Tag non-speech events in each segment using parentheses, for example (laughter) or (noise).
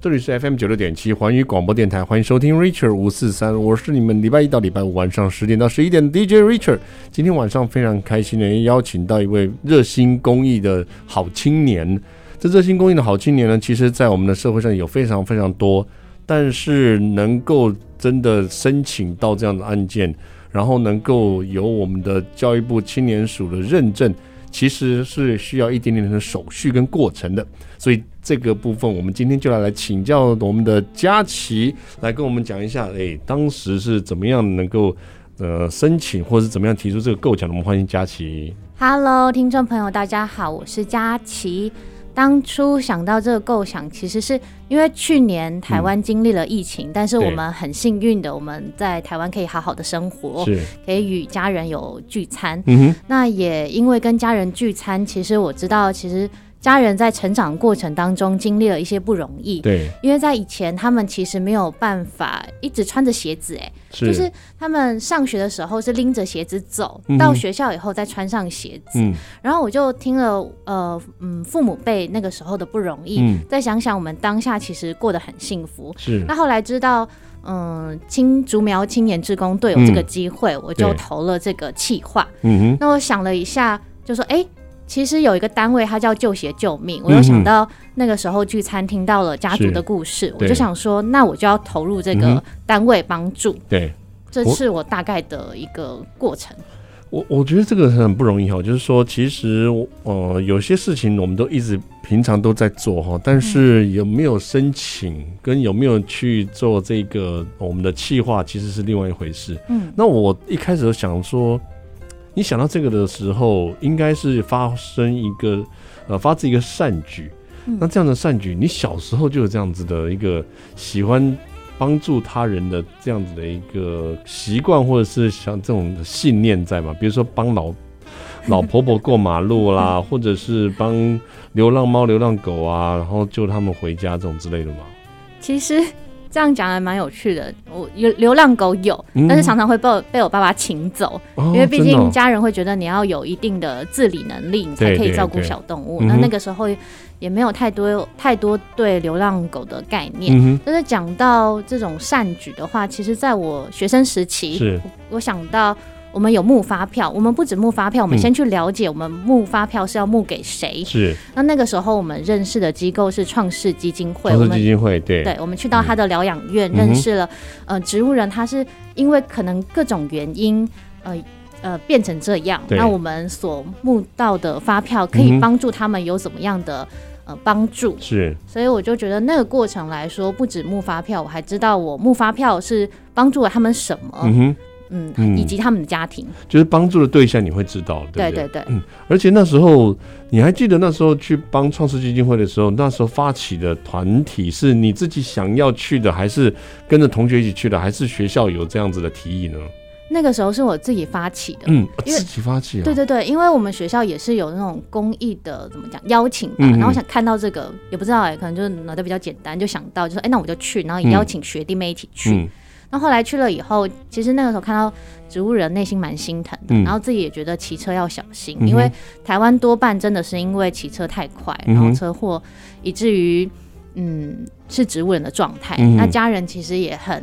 这里是 FM 九六点七环宇广播电台，欢迎收听 Richard 五四三，我是你们礼拜一到礼拜五晚上十点到十一点的 DJ Richard。今天晚上非常开心的邀请到一位热心公益的好青年。这热心公益的好青年呢，其实在我们的社会上有非常非常多，但是能够真的申请到这样的案件，然后能够有我们的教育部青年署的认证，其实是需要一点点的手续跟过程的。所以这个部分，我们今天就来来请教我们的佳琪，来跟我们讲一下，哎，当时是怎么样能够呃申请，或是怎么样提出这个构想的？我们欢迎佳琪。 Hello，听众朋友，大家好，我是佳琪。当初想到这个构想，其实是因为去年台湾经历了疫情，但是嗯对我们很幸运的，我们在台湾可以好好的生活，是，可以与家人有聚餐。嗯哼，那也因为跟家人聚餐，其实我知道，其实家人在成长过程当中经历了一些不容易，对，因为在以前他们其实没有办法一直穿着鞋子、哎。是，就是他们上学的时候是拎着鞋子走，嗯哼到学校以后再穿上鞋子。嗯然后我就听了，呃，嗯，父母辈那个时候的不容易，嗯，再想想我们当下其实过得很幸福。是，那后来知道，嗯，青竹苗青年志工队有嗯这个机会，我就投了这个企划。嗯哼，那我想了一下，就说，哎、其实有一个单位，它叫救鞋救命。嗯我又想到那个时候聚餐听到了家族是的故事，我对就想说，那我就要投入这嗯个哼单位帮助。对。这是我大概的一个过程。我我觉得这个很不容易哈，就是说，其实呃，有些事情我们都一直平常都在做哈，但嗯是有没有申请跟有没有去做这个我们的企划，其实是另外一回事。嗯，那我一开始想说，你想到这个的时候，应该是发生一个呃发自一个善举。嗯那这样的善举，你小时候就有这样子的一个喜欢帮助他人的这样子的一个习惯，或者是像这种信念在嘛？比如说帮老 (laughs) 老婆婆过马路 (laughs) 啦，或者是帮流浪猫、流浪狗啊，然后救他们回家这种之类的嘛。其实这样讲还蛮有趣的。我有流浪狗有嗯，但是常常会被我被我爸爸请走，哦因为毕真的竟哦家人会觉得你要有一定的自理能力，你才对可以照对顾对小动物。嗯哼那那个时候也没有太多太多对流浪狗的概嗯念。哼，但是讲到这种善举的话，其实在我学生时期，是我想到我们有募发票，我们不止募发票，我们嗯先去了解我们募发票是要募给谁，是，那那个时候我们认识的机构是创世基金会，投我资基们金会对对，我们去到他的疗养院，嗯哼认识了，呃，植物人他是因为可能各种原因，呃。呃，变成这样，对那我们所募到的发票可嗯以哼帮助他们有怎么样的、呃帮助？是。所以我就觉得那个过程来说，不止募发票，我还知道我募发票是帮助了他们什么，嗯哼，嗯，嗯以及他们的家庭。就是帮助的对象你会知道，对不对？对对，而且那时候你还记得那时候去帮创世基金会的时候，那时候发起的团体是你自己想要去的，还是跟着同学一起去的，还是学校有这样子的提议呢？那个时候是我自己发起的，嗯，因为自己发起啊。对对对，因为我们学校也是有那种公益的，怎么讲邀请吧。嗯嗯然后想看到这个，也不知道哎、可能就是脑袋比较简单，就想到就说，哎、那我就去，然后也邀请学弟妹一起去。嗯，那后来去了以后，其实那个时候看到植物人，内心蛮心疼的，嗯然后自己也觉得骑车要小心，嗯哼因为台湾多半真的是因为骑车太快，嗯哼然后车祸，以至于嗯是植物人的状态。嗯哼那家人其实也很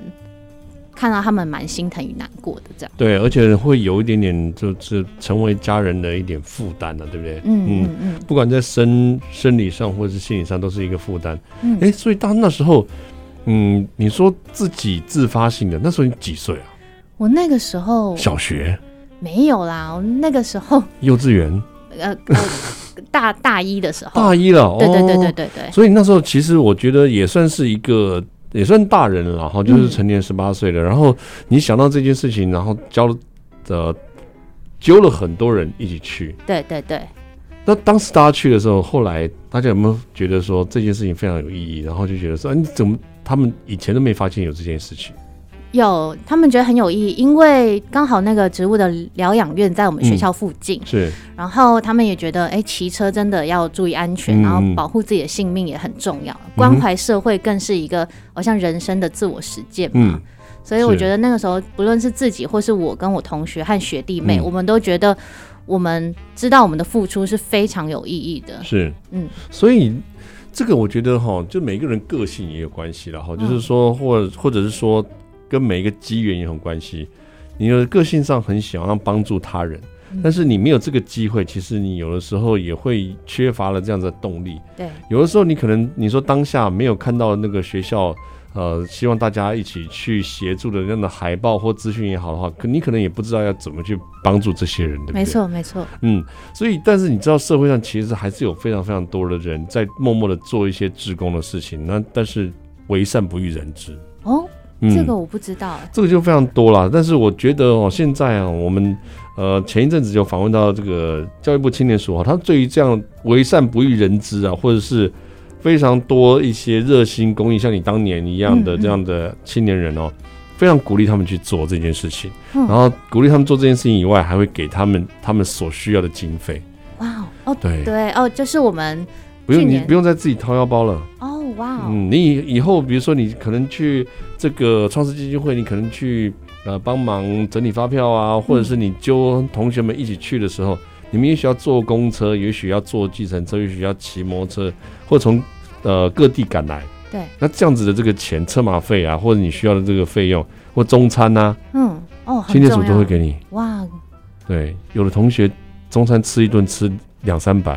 看到他们蛮心疼与难过的这样。对，而且会有一点点就是成为家人的一点负担啊了、对不对？嗯嗯嗯不管在生生理上或者是心理上，都是一个负担。嗯。哎、所以到那时候，嗯，你说自己自发性的，那时候你几岁啊？我那个时候小学、没有啦，我那个时候 (laughs) 幼稚园？ (laughs) 呃呃大大一的时候，大一了，对对对哦对对对，所以那时候其实我觉得也算是一个，也算大人了，然后就是嗯成年十八岁了。然后你想到这件事情，然后教呃揪了很多人一起去。对对对，那当时大家去的时候，后来大家有没有觉得说这件事情非常有意义？然后就觉得说，啊、你怎么他们以前都没发现有这件事情？有他们觉得很有意义，因为刚好那个植物的疗养院在我们学嗯校附近，是然后他们也觉得哎，骑车真的要注意安全，嗯然后保护自己的性命也很重要，关怀社会更是一个好像人生的自我实践嘛。嗯所以我是觉得那个时候，不论是自己或是我跟我同学和学弟妹，嗯我们都觉得我们知道我们的付出是非常有意义的。是，嗯，所以这个我觉得哈，就每个人个性也有关系了哈，就是嗯说，或或者是说，跟每一个机缘也有关系。你的个性上很想要帮助他人，嗯但是你没有这个机会，其实你有的时候也会缺乏了这样子的动力。对，有的时候你可能你说当下没有看到那个学校，呃，希望大家一起去协助的那样的海报或资讯也好的话，可你可能也不知道要怎么去帮助这些人，对不对？没，错，没错，嗯，所以但是你知道社会上其实还是有非常非常多的人在默默的做一些志工的事情，那但是为善不欲人知，哦，嗯，这个我不知道，哎这个就非常多了。但是我觉得哦，现在啊，我们呃前一阵子有访问到这个教育部青年署啊，他对于这样为善不欲人知啊，或者是非常多一些热心公益，像你当年一样的嗯嗯这样的青年人哦，非常鼓励他们去做这件事情，嗯然后鼓励他们做这件事情以外，还会给他们他们所需要的经费。哇哦，哦，对，对，哦，就是我们，不用去你年不用再自己掏腰包了。哦，哇哦，嗯，你以以后比如说你可能去这个创世基金会，你可能去呃帮忙整理发票嗯啊，或者是你揪同学们一起去的时候，你们也许要坐公车，也许要坐计程车，也许要骑摩托车，或从呃各地赶来。对，那这样子的这个钱车马费啊，或者你需要的这个费用或中餐呐、嗯，哦，青很年重组要，都会给你。哇，哦对，有的同学中餐吃一顿吃两三百，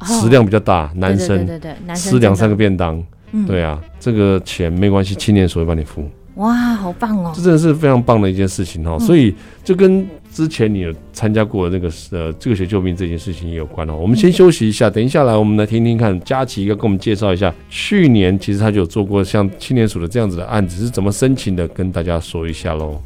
哦食量比较大，对男生对对对对，男生吃两三真个的，便当。嗯，对啊，这个钱没关系，青年所会帮你付，哇，好棒哦这，真的是非常棒的一件事情哦。嗯所以就跟之前你有参加过的那个呃这个学救命这件事情也有关哦。我们先嗯休息一下，等一下来我们来听听看佳琪要跟我们介绍一下，去年其实他就有做过像青年署的这样子的案子是怎么申请的，跟大家说一下喽。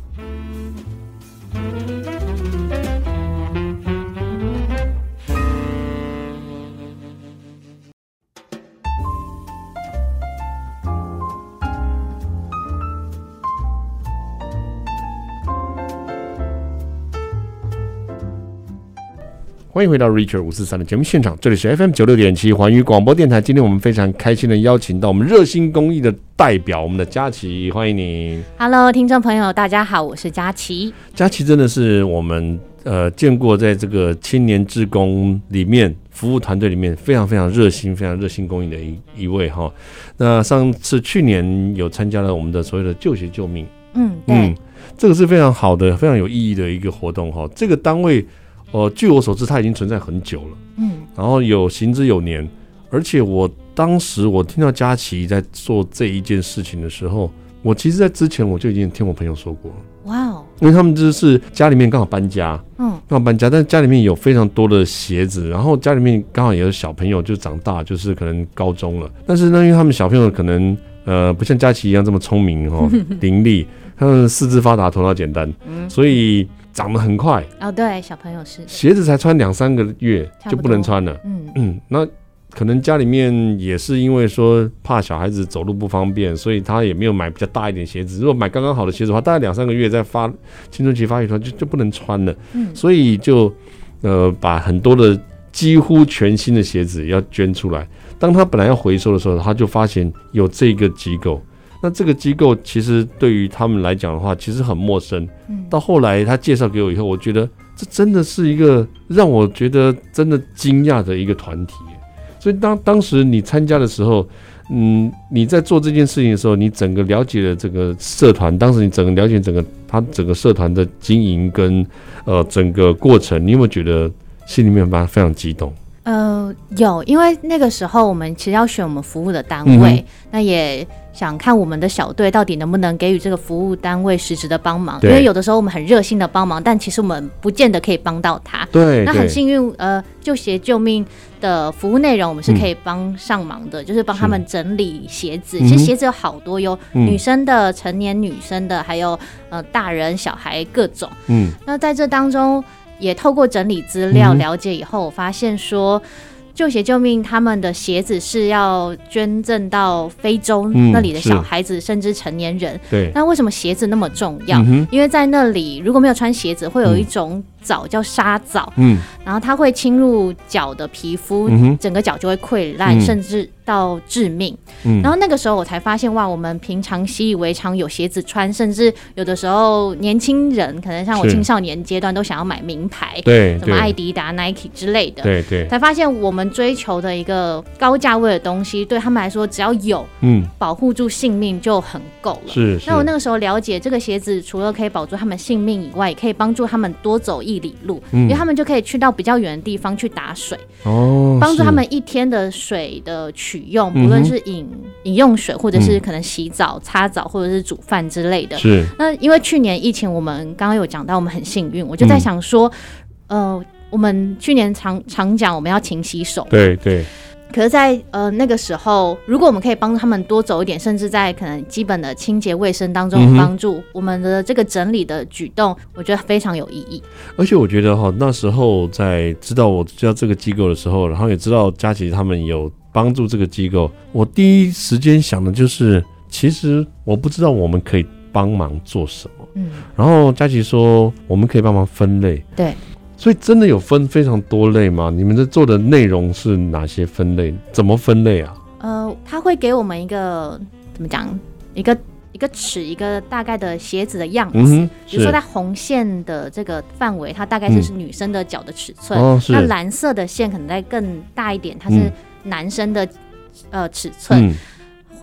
欢迎回到 Richard 五四三的节目现场，这里是 FM 九六点七环宇广播电台。今天我们非常开心的邀请到我们热心公益的代表，我们的佳琪，欢迎你。 Hello，听众朋友，大家好，我是佳琪。佳琪真的是我们呃见过在这个青年志工里面服务团队里面非常非常热心、非常热心公益的一一位哈。那上次去年有参加了我们的所谓的救学救命，嗯，对，，这个是非常好的、非常有意义的一个活动哈。这个单位，呃，据我所知，它已经存在很久了，嗯，然后有行之有年，而且我当时我听到佳琪在做这一件事情的时候，我其实在之前我就已经听我朋友说过了。哇哦，因为他们就是家里面刚好搬家，嗯，刚好搬家，但家里面有非常多的鞋子，然后家里面刚好也有小朋友就长大，就是可能高中了，但是呢，因为他们小朋友可能呃不像佳琪一样这么聪明 (laughs) 哦，伶俐，他们四肢发达，头脑简单，嗯所以长得很快，哦，对，小朋友是，鞋子才穿两三个月差就不多不能穿了，嗯，嗯，那。可能家里面也是因为说怕小孩子走路不方便，所以他也没有买比较大一点鞋子。如果买刚刚好的鞋子的话，大概两三个月在发青春期发育的时候就就不能穿了。嗯，所以就呃把很多的几乎全新的鞋子要捐出来。当他本来要回收的时候，他就发现有这个机构。那这个机构其实对于他们来讲的话，其实很陌生。嗯到后来他介绍给我以后，我觉得这真的是一个让我觉得真的惊讶的一个团体耶。所以当当时你参加的时候，嗯，你在做这件事情的时候，你整个了解了这个社团，当时你整个了解整个他整个社团的经营跟呃整个过程，你有没有觉得心里面蛮非常激动？呃，有，因为那个时候我们其实要选我们服务的单嗯位，那也想看我们的小队到底能不能给予这个服务单位实质的帮忙，因对为有的时候我们很热心的帮忙，但其实我们不见得可以帮到他。对，那很对，幸运，呃，救鞋救命的服务内容我们嗯是可以帮上忙的，就是帮他们整理鞋子。嗯哼其实鞋子有好多，有嗯女生的、成年女生的，还有呃大人、小孩各种。嗯那在这当中，也透过整理资料嗯哼了解以后，我发现说。救鞋救命，他们的鞋子是要捐赠到非洲嗯那里的是小孩子，甚至成年人。对，那为什么鞋子那么重要？嗯哼，因为在那里如果没有穿鞋子，会有一种藻叫沙藻，嗯然后它会侵入脚的皮肤，嗯 (laughs) 哼整个脚就会溃烂，嗯甚至到致命。嗯，然后那个时候我才发现，哇，我们平常习以为常有鞋子穿，甚至有的时候年轻人可能像我是青少年阶段都想要买名牌，对什么艾对迪达、Nike 之类的。对对，才发现，我们追求的一个高价位的东西，对他们来说，只要有嗯保护住性命就很够了。是是那我那个时候了解，这个鞋子除了可以保住他们性命以外，也可以帮助他们多走一里路，嗯因为他们就可以去到比较远的地方去打水，哦，帮助是他们一天的水的取用，嗯哼嗯不论是饮饮用水，或者是可能洗澡、擦澡，或者是煮饭之类的。是那因为去年疫情，我们刚刚有讲到，我们很幸运，我就在想说，嗯呃，我们去年常常讲我们要勤洗手，对对可是在，呃那个时候，如果我们可以帮他们多走一点，甚至在可能基本的清洁卫生当嗯中哼帮助、我们的这个整理的举动，我觉得非常有意义。而且我觉得哈，那时候在知道我知道这个机构的时候，然后也知道佳琪他们有帮助这个机构，我第一时间想的就是，其实我不知道我们可以帮忙做什么。嗯，然后佳琪说，我们可以帮忙分类。对。所以真的有分非常多类吗？你们这做的内容是哪些分类？怎么分类啊？呃，他会给我们一个怎么讲，一个一个尺，一个大概的鞋子的样子。嗯哼，比如说，是嗯在红线的这个范围，它大概就是女生的脚的尺寸。哦是那蓝色的线可能再更大一点，它是嗯男生的、呃尺寸。嗯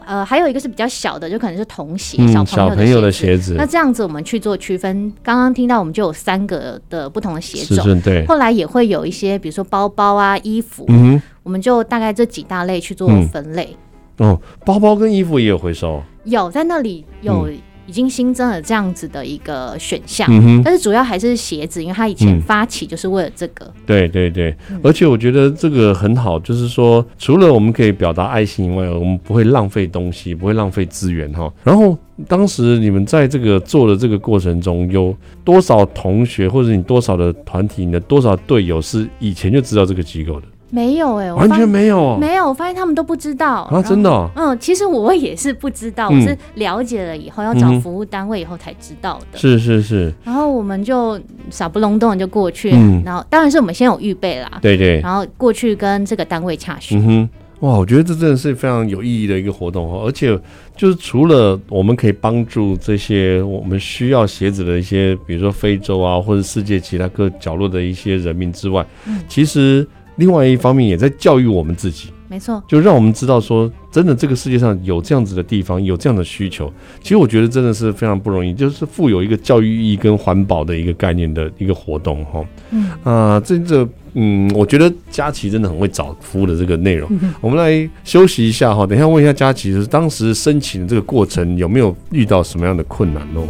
呃，还有一个是比较小的，就可能是童鞋，嗯，小朋朋友的鞋子那，这样子我们去做区分，刚刚听到我们就有三个的不同的鞋尺种，寸对，后来也会有一些，比如说包包啊、衣服，嗯我们就大概这几大类去做分类。哼，哦，包包跟衣服也有回收，有在那里有已经新增了这样子的一个选项，嗯哼，但是主要还是鞋子，因为它以前嗯发起就是为了这个。对对对，嗯而且我觉得这个很好，就是说，除了我们可以表达爱心以外，我们不会浪费东西，不会浪费资源哈。然后当时你们在这个做的这个过程中，有多少同学或者你多少的团体，你的多少队友是以前就知道这个机构的？没有哎、我完发全没有哦没有，我发现他们都不知道啊，真的。哦、嗯，其实我也是不知道，嗯我是了解了以后要找嗯哼服务单位以后才知道的。是是是，然后我们就傻不隆咚的就过去，嗯然后当然是我们先有预备啦，对对，然后过去跟这个单位洽询。嗯哼，哇，我觉得这真的是非常有意义的一个活动哦，而且就是除了我们可以帮助这些我们需要鞋子的一些，比如说非洲啊，或者世界其他各角落的一些人民之外，其实另外一方面也在教育我们自己，没错，就让我们知道说，真的这个世界上有这样子的地方，有这样的需求。其实我觉得真的是非常不容易，就是富有一个教育意义跟环保的一个概念的一个活动哈。嗯啊、这这嗯，我觉得佳琪真的很会找服务的这个内容。我们来休息一下哈，等一下问一下佳琪，就是当时申请的这个过程有没有遇到什么样的困难哦？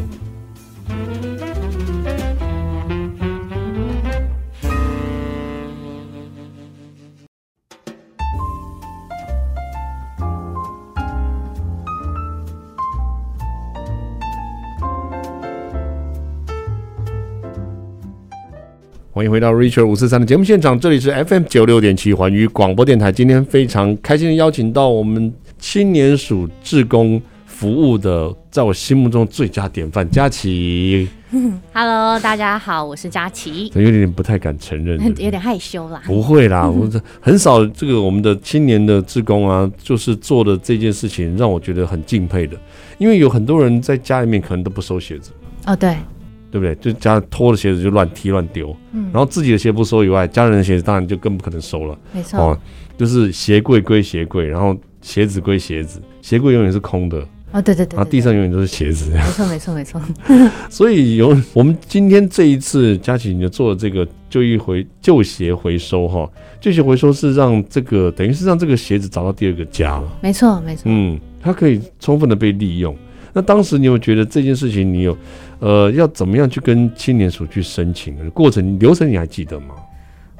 欢迎回到 Richard 五四三的节目现场，这里是 FM 九六点七环宇广播电台。今天非常开心的邀请到我们青年署志工服务的，在我心目中最佳典范佳琪， ，Hello，大家好，我是佳琪，有点不太敢承认。对不对 (laughs) 有点害羞啦。不会啦， (laughs) 我这很少这个我们的青年的志工啊，就是做的这件事情让我觉得很敬佩的，因为有很多人在家里面可能都不收鞋子，哦，对，对不对？就家脱了鞋子就乱踢乱丢，嗯然，后自己的鞋不收以外，家人的鞋子当然就更不可能收了没错，哦，就是鞋柜归鞋柜，然后鞋子归鞋子，鞋柜永远是空的，哦，对对对然后地上永远都是鞋子。 (laughs) 没错，没错，没错， (laughs) 所以有我们今天这一次，佳琪你就做了这个旧衣回旧鞋回收哈，旧鞋回收是让这个等于是让这个鞋子找到第二个家了，没错，没错。嗯，它可以充分的被利用。那当时你有觉得这件事情，你有呃要怎么样去跟青年署去申请？过程流程你还记得吗？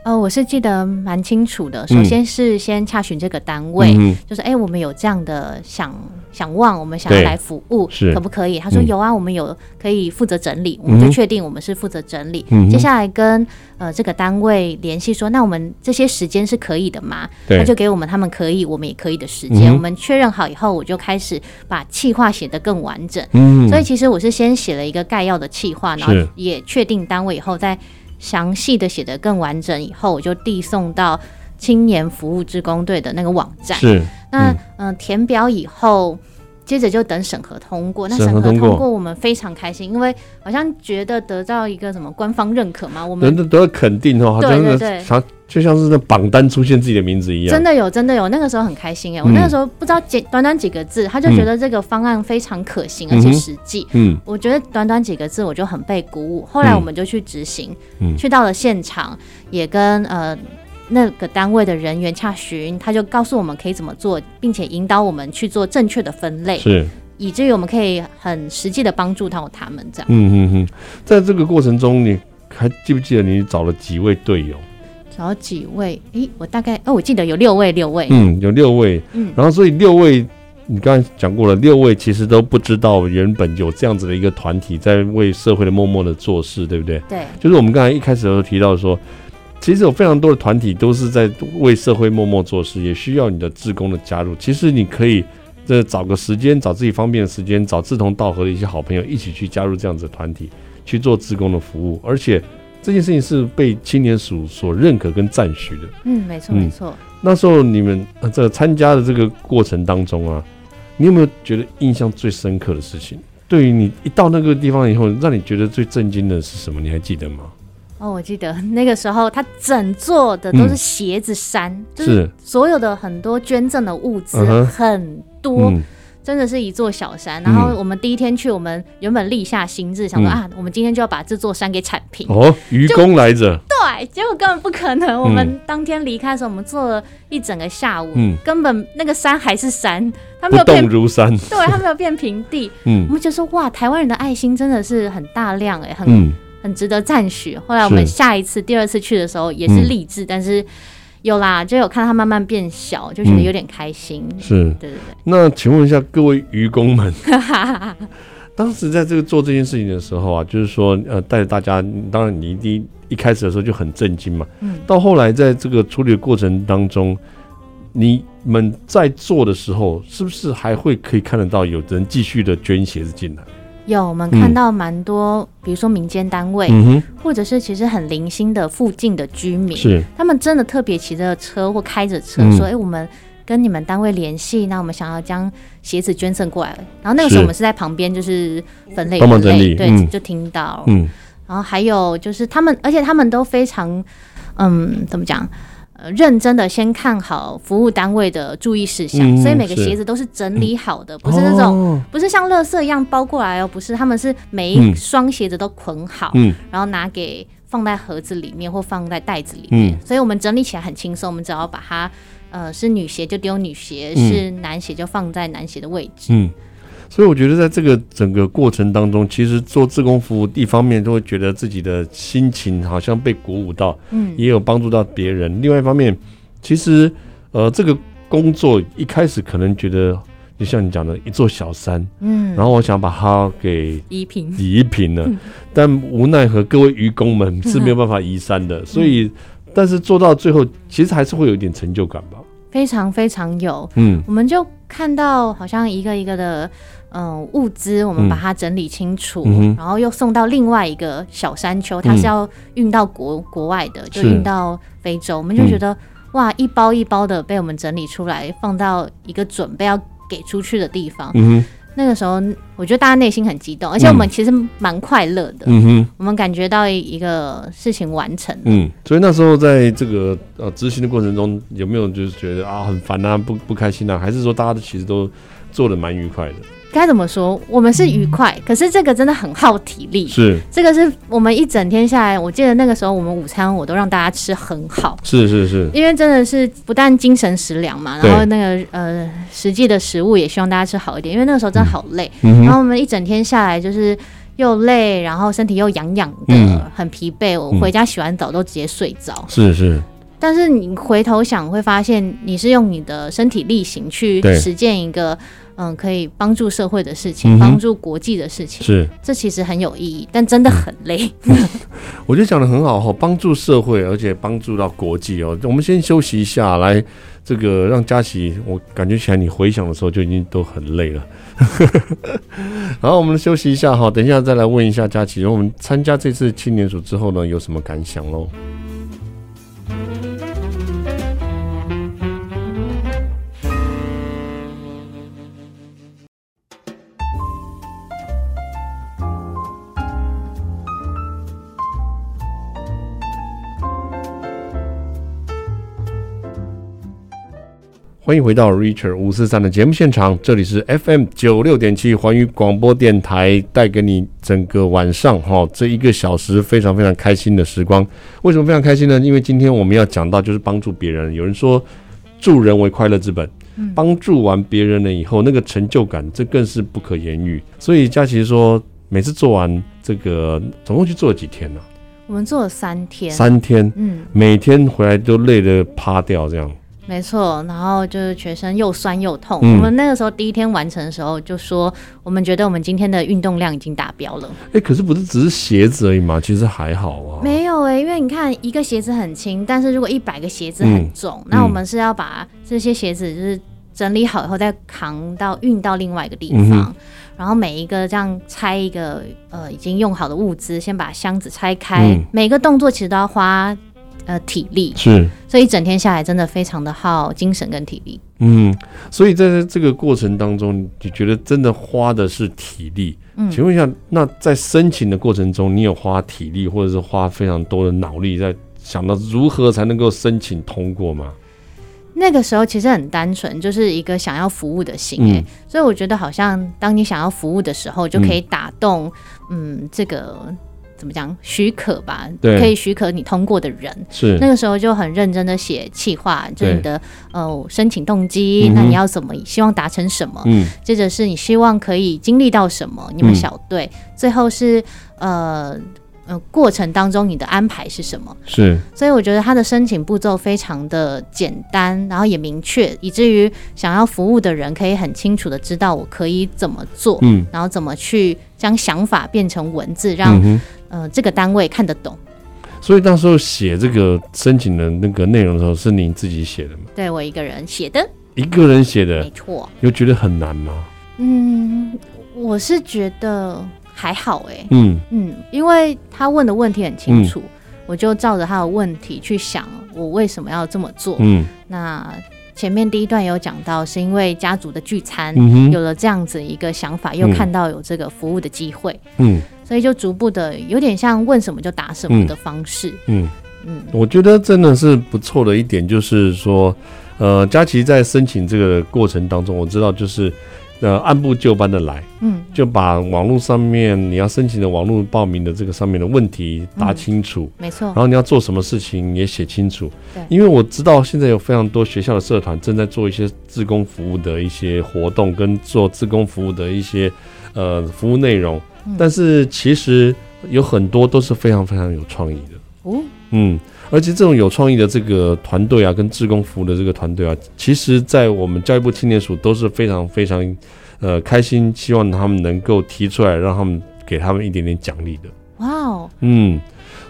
呃，我是记得蛮清楚的，首先是先洽询这个单位，嗯就是哎、我们有这样的想想望，我们想要对来服务，是可不可以？他说嗯有啊，我们有可以负责整理，我们嗯就哼确定我们是负责整理。嗯哼接下来跟呃这个单位联系说，那我们这些时间是可以的吗？对他就给我们他们可以，我们也可以的时嗯间。哼我们确认好以后，我就开始把企划写得更完整。嗯所以其实我是先写了一个概要的企划，然后是也确定单位以后再。详细的写得更完整以后，我就递送到青年服务职工队的那个网站。是那嗯嗯、呃填表以后，接着就等审核通过。那审审核核通通过过，我们非常开心，因为好像觉得得到一个什么官方认可嘛，我人们都都要肯定哦，好像对对那对啥，就像是那榜单出现自己的名字一样，真的有，真的有。那个时候很开心哎，我嗯那个时候不知道简短短几个字，他就觉得这个方案非常可行，而嗯且哼实际。嗯我觉得短短几个字我就很被鼓舞，后来我们就去执行，嗯去到了现场，也跟呃那个单位的人员洽询，他就告诉我们可以怎么做，并且引导我们去做正确的分类，是。以至于我们可以很实际的帮助到他们这样。嗯嗯嗯，在这个过程中，你还记不记得你找了几位队友？然后几位，诶，我大概哦，我记得有六位，六位，嗯，有六位。嗯然后所以六位，你刚才讲过了，六位其实都不知道原本有这样子的一个团体在为社会的默默的做事，对不对？对就是我们刚才一开始有提到说，其实有非常多的团体都是在为社会默默做事，也需要你的志工的加入。其实你可以。这找个时间，找自己方便的时间，找志同道合的一些好朋友一起去加入这样子的团体，去做志工的服务。而且这件事情是被青年署所认可跟赞许的。嗯，没错嗯没错。那时候你们呃这个参加的这个过程当中啊，你有没有觉得印象最深刻的事情？对于你一到那个地方以后，让你觉得最震惊的是什么？你还记得吗？哦，我记得那个时候，他整座的嗯都是鞋子山，就是是，所有的很多捐赠的物资嗯哼很多，嗯，真的是一座小山。嗯然后我们第一天去，我们原本立下心志，想说、嗯啊，我们今天就要把这座山给铲平。哦，愚公来着，对，结果根本不可能。我们当天离开的时候，我们坐了一整个下午，嗯根本那个山还是山，它没不有变动，如山，对，它没有变平 (laughs) 地。我嗯们就说哇，台湾人的爱心真的是很大量哎、很、嗯，很值得赞许。后来我们是下一次、第二次去的时候也是嗯励志，但是有啦，就有看它慢慢变小，就觉得嗯有点开心。是。对对对。那请问一下各位愚公 (laughs) 们，当时在这个做这件事情的时候啊，就是说呃，带着大家，当然你一第一一开始的时候就很震惊嘛，嗯到后来在这个处理的过程当中，你们在做的时候，是不是还会可以看得到有人继续的捐鞋子进来？有，我们嗯看到蛮多，比如说民间单位，嗯或者是其实很零星的附近的居民，是，他们真的特别骑着车或开着车嗯说：“哎、我们跟你们单位联系，那我们想要将鞋子捐赠过来。”然后那个时是候我们是在旁边，就是分类帮忙分类整理对，嗯就听到。嗯，然后还有就是他们，而且他们都非常，嗯，怎么讲？呃，认真的先看好服务单位的注意事项，嗯所以每个是鞋子都是整理好的，不是那种哦，不是像垃圾一样包过来哦，不是，他们是每嗯一双鞋子都捆好，嗯然后拿给放在盒子里面或放在袋子里面，嗯所以我们整理起来很轻松，我们只要把它，呃，是女鞋就丢女鞋，嗯是男鞋就放在男鞋的位置。嗯。所以我觉得，在这个整个过程当中，其实做志工服务，一方面都会觉得自己的心情好像被鼓舞到，嗯，也有帮助到别人。另外一方面，其实呃，这个工作一开始可能觉得，就像你讲的，一座小山，嗯，然后我想把它给依萍，移平了，但无奈何各位愚公们是没有办法移山嗯的，所以但是做到最后，其实还是会有一点成就感吧。非常非常有，嗯我们就看到好像一个一个的，嗯、物资我嗯们把它整理清楚，嗯哼然后又送到另外一个小山丘，它嗯是要运到国、国外的，就是运到非洲。我们就觉嗯得、哇，一包一包的被我们整理出来，放到一个准备要给出去的地方。嗯哼那个时候，我觉得大家内心很激动，而且我们其实蛮快乐的，嗯哼我们感觉到一个事情完成了。嗯，所以那时候在这个呃执行的过程中，有没有就是觉得啊很烦啊不不开心啊，还是说大家都其实都做的蛮愉快的？该怎么说？我们是愉快，可是这个真的很耗体力。嗯是这个是我们一整天下来，我记得那个时候我们午餐我都让大家吃很好，是是是，因为真的是不但精神食粮嘛，对然后那个呃实际的食物也希望大家吃好一点，因为那个时候真的好累。嗯然哼后我们一整天下来就是又累，然后身体又痒痒的，嗯很疲惫。我嗯回家洗完澡都直接睡着。是是。但是你回头想，会发现你是用你的身体力行去对实践一个，嗯，可以帮助社会的事嗯情，哼帮助国际的事情，是，这其实很有意义，但真的很累。嗯我觉得讲的很好哈，帮助社会，而且帮助到国际哦。我们先休息一下，来这个让佳琪，我感觉起来你回想的时候就已经都很累了。 (laughs) 好，我们休息一下哈，等一下再来问一下佳琪，我们参加这次青年组之后呢，有什么感想喽？欢迎回到 Richard 五四三的节目现场，这里是 FM 九六点七环宇广播电台，带给你整个晚上哈、这一个小时非常非常开心的时光。为什么非常开心呢？因为今天我们要讲到就是帮助别人，有人说助人为快乐之本。帮助完别人了以后，那个成就感，这更是不可言喻。所以佳琪说，每次做完这个，总共去做了几天呢、我们做了三天，三天，嗯，每天回来都累得趴掉，这样。没错，然后就是全身又酸又痛。嗯我们那个时候第一天完成的时候，就说我们觉得我们今天的运动量已经达标了。哎、可是不是只是鞋子而已嘛？其实还好啊。没有欸诶、因为你看一个鞋子很轻，但是如果一百个鞋子嗯很重，那我嗯们是要把这些鞋子就是整理好以后再扛到运到另外一个地嗯方，哼然后每一个这样拆一个呃已经用好的物资，先把箱子拆开，嗯每个动作其实都要花呃体力，是，所以一整天下来真的非常的耗精神跟体力。嗯，所以在这个过程当中，你觉得真的花的是体力？嗯请问一下，那在申请的过程中，你有花体力或者是花非常多的脑力在想到如何才能够申请通过吗？那个时候其实很单纯，就是一个想要服务的心、欸，嗯所以我觉得好像当你想要服务的时候，就可以打动，嗯这个怎么讲许可吧，对可以许可你通过的人。是那，个时候就很认真的写企划，就是你对的呃申请动机，嗯哼那你要怎么，希望达成什么，嗯，接着是你希望可以经历到什么，你们嗯小队，最后是呃呃过程当中你的安排是什么。是，所以我觉得他的申请步骤非常的简单，然后也明确，以至于想要服务的人可以很清楚的知道我可以怎么做，嗯，然后怎么去将想法变成文字，让嗯、哼。呃这个单位看得懂。所以那时候写这个申请的那个内容的时候，是您自己写的吗？对我一个人写的，一个人写的没，错。有觉得很难吗？嗯，我是觉得还好诶、嗯，嗯，因为他问的问题很清楚，我就照着他的问题去想，我为什么要这么做。嗯，那前面第一段有讲到，是因为家族的聚餐，嗯有哼，了这样子一个想法，又嗯看到有这个服务的机会，嗯所以就逐步的有点像问什么就答什么的方式。嗯。嗯，我觉得真的是不错的一点，就是说，呃，佳琪在申请这个过程当中，我知道就是，呃，按部就班的来，嗯，就把网络上面你要申请的网络报名的这个上面的问题答清楚，没错然，后你要做什么事情也写清楚嗯对。因为我知道现在有非常多学校的社团正在做一些志工服务的一些活动，跟做志工服务的一些呃服务内容，嗯但是其实有很多都是非常非常有创意的。哦，嗯，而且这种有创意的这个团队啊，跟志工服务的这个团队啊，其实，在我们教育部青年署都是非常非常，呃，开心，希望他们能够提出来，让他们给他们一点点奖励的。哇哦！嗯，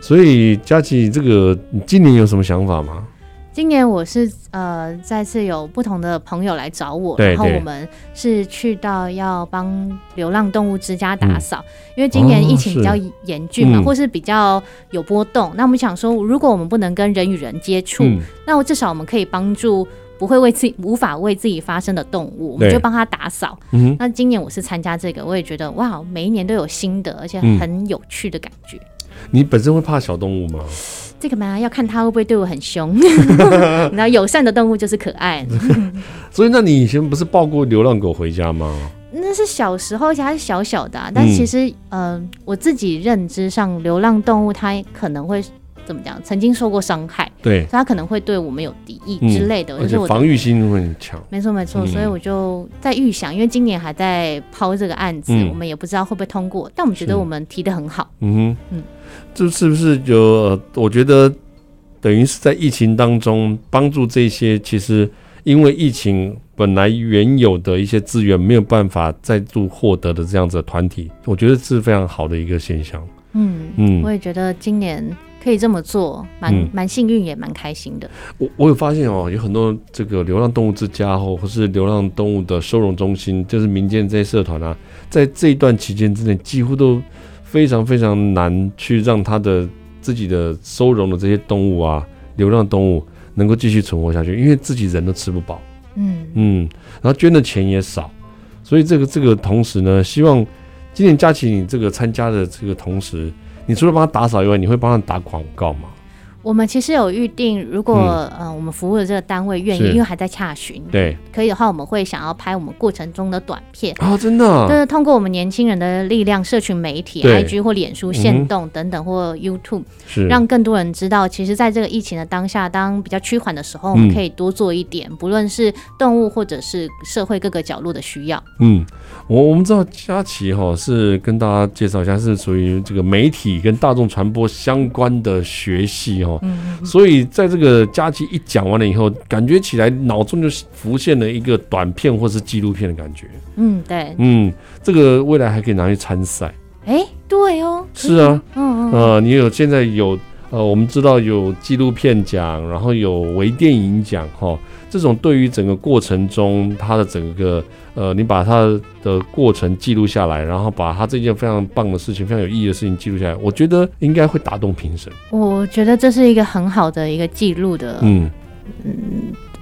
所以佳琪，这个你今年有什么想法吗？今年我是呃再次有不同的朋友来找我，对然后对我们是去到要帮流浪动物之家打嗯扫，因为今年哦疫情比是较严峻嘛，嗯或是比较有波动，那我们想说，如果我们不能跟人与人接触，嗯，那我至少我们可以帮助不会为自己无法为自己发声的动物，我们对就帮它打扫。嗯哼，那今年我是参加这个，我也觉得哇，每一年都有新的，而且嗯很有趣的感觉。你本身会怕小动物吗？这个嘛，要看它会不会对我很 (laughs) 凶。你知道，友善的动物就是可爱。所以，那你以前不是抱过流浪狗回家吗？那是小时候，而且它是小小的、啊，嗯但其实，呃，我自己认知上，流浪动物它可能会怎么讲，曾经受过伤害，对所以，它可能会对我们有敌意嗯之类的。而就是且我的防御心会很强。没错没错，嗯所以我就在预想，因为今年还在抛这个案子，嗯我们也不知道会不会通过，但我们觉得是我们提的很好。嗯哼，嗯这是不是有？呃我觉得等于是在疫情当中帮助这些其实因为疫情本来原有的一些资源没有办法再度获得的这样子的团体，我觉得是非常好的一个现象。嗯，嗯我，也觉得今年可以这么做，蛮嗯蛮幸运，也蛮开心的。我我有发现哦，有很多这个流浪动物之家哦，或是流浪动物的收容中心，就是民间这些社团啊，在这一段期间之内，几乎都非常非常难去让它的自己的收容的这些动物啊，流浪动物能够继续存活下去，因为自己人都吃不饱。嗯，嗯，然后捐的钱也少，所以这个这个同时呢，希望今年假期你这个参加的这个同时，你除了帮他打扫以外，你会帮他打广告吗？我们其实有预定，如果、呃我们服务的这个单位愿意，嗯是因为还在洽询，对可以的话，我们会想要拍我们过程中的短片。啊，真的啊、就是通过我们年轻人的力量，社群媒体、对 IG 或脸书、嗯哼线动等等，或 YouTube，、是让更多人知道，其实在这个疫情的当下，当比较趋缓的时候，我嗯们可以多做一点，不论是动物或者是社会各个角落的需要。嗯，我我们知道佳琪哈、是跟大家介绍一下，是属于这个媒体跟大众传播相关的学系哈、嗯，所以在这个佳琪一讲完了以后，感觉起来脑中就浮现了一个短片或是纪录片的感觉。嗯，对，嗯，这个未来还可以拿去参赛。哎，对哦，是啊，嗯，嗯嗯，呃，你有现在有呃，我们知道有纪录片奖，然后有微电影奖哈。这种对于整个过程中，它的整个呃，你把它的过程记录下来，然后把它这件非常棒的事情、非常有意义的事情记录下来，我觉得应该会打动评审。我觉得这是一个很好的一个记录的，嗯，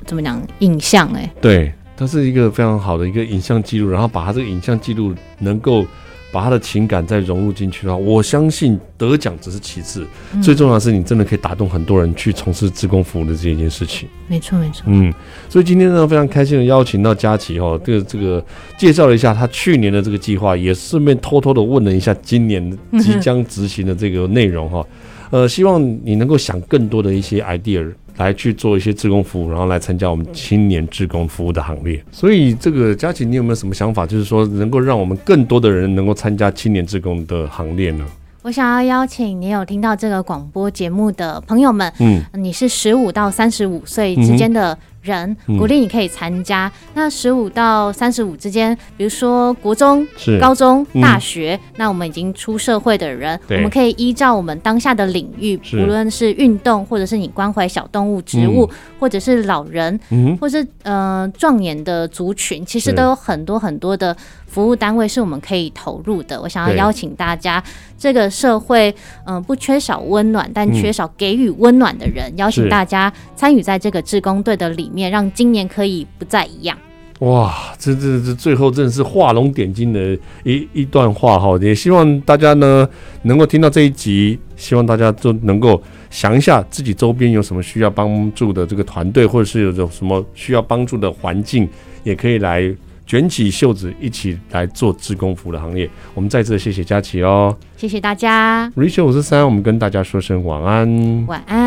怎么讲影像、哎，对，它是一个非常好的一个影像记录，然后把它这个影像记录能够把他的情感再融入进去的话，我相信得奖只是其次，嗯最重要的是，你真的可以打动很多人去从事志工服务的这一件事情。没错没错，嗯，所以今天呢，非常开心的邀请到佳琪哦，这个这个介绍了一下他去年的这个计划，也顺便偷偷的问了一下今年即将执行的这个内容哈、呃，希望你能够想更多的一些 idea 来去做一些志工服务，然后来参加我们青年志工服务的行列。所以这个佳琪，你有没有什么想法，就是说能够让我们更多的人能够参加青年志工的行列呢？我想要邀请你有听到这个广播节目的朋友们，嗯，你是十五到三十五岁嗯之哼间的人，嗯鼓励你可以参加。那十五到三十五之间，比如说国中、是高中、嗯大学，那我们已经出社会的人，我对们可以依照我们当下的领域，是无论是运动，或者是你关怀小动物、植物，或者是老人，嗯哼或是呃壮年的族群，其实是都有很多很多的服务单位是我们可以投入的。我想要对邀请大家，这个社会嗯、呃不缺少温暖，但嗯缺少给予温暖的人，邀请是大家参与在这个志工队的里面，让今年可以不再一样。哇，这这这最后真的是画龙点睛的一一段话哈，也希望大家呢能够听到这一集，希望大家都能够想一下自己周边有什么需要帮助的这个团队，或者是有种什么需要帮助的环境，也可以来卷起袖子一起来做志工服务的行列。我们再次谢谢佳琪哦谢谢大家， ，Rachel 五十三，我们跟大家说声晚安。晚安。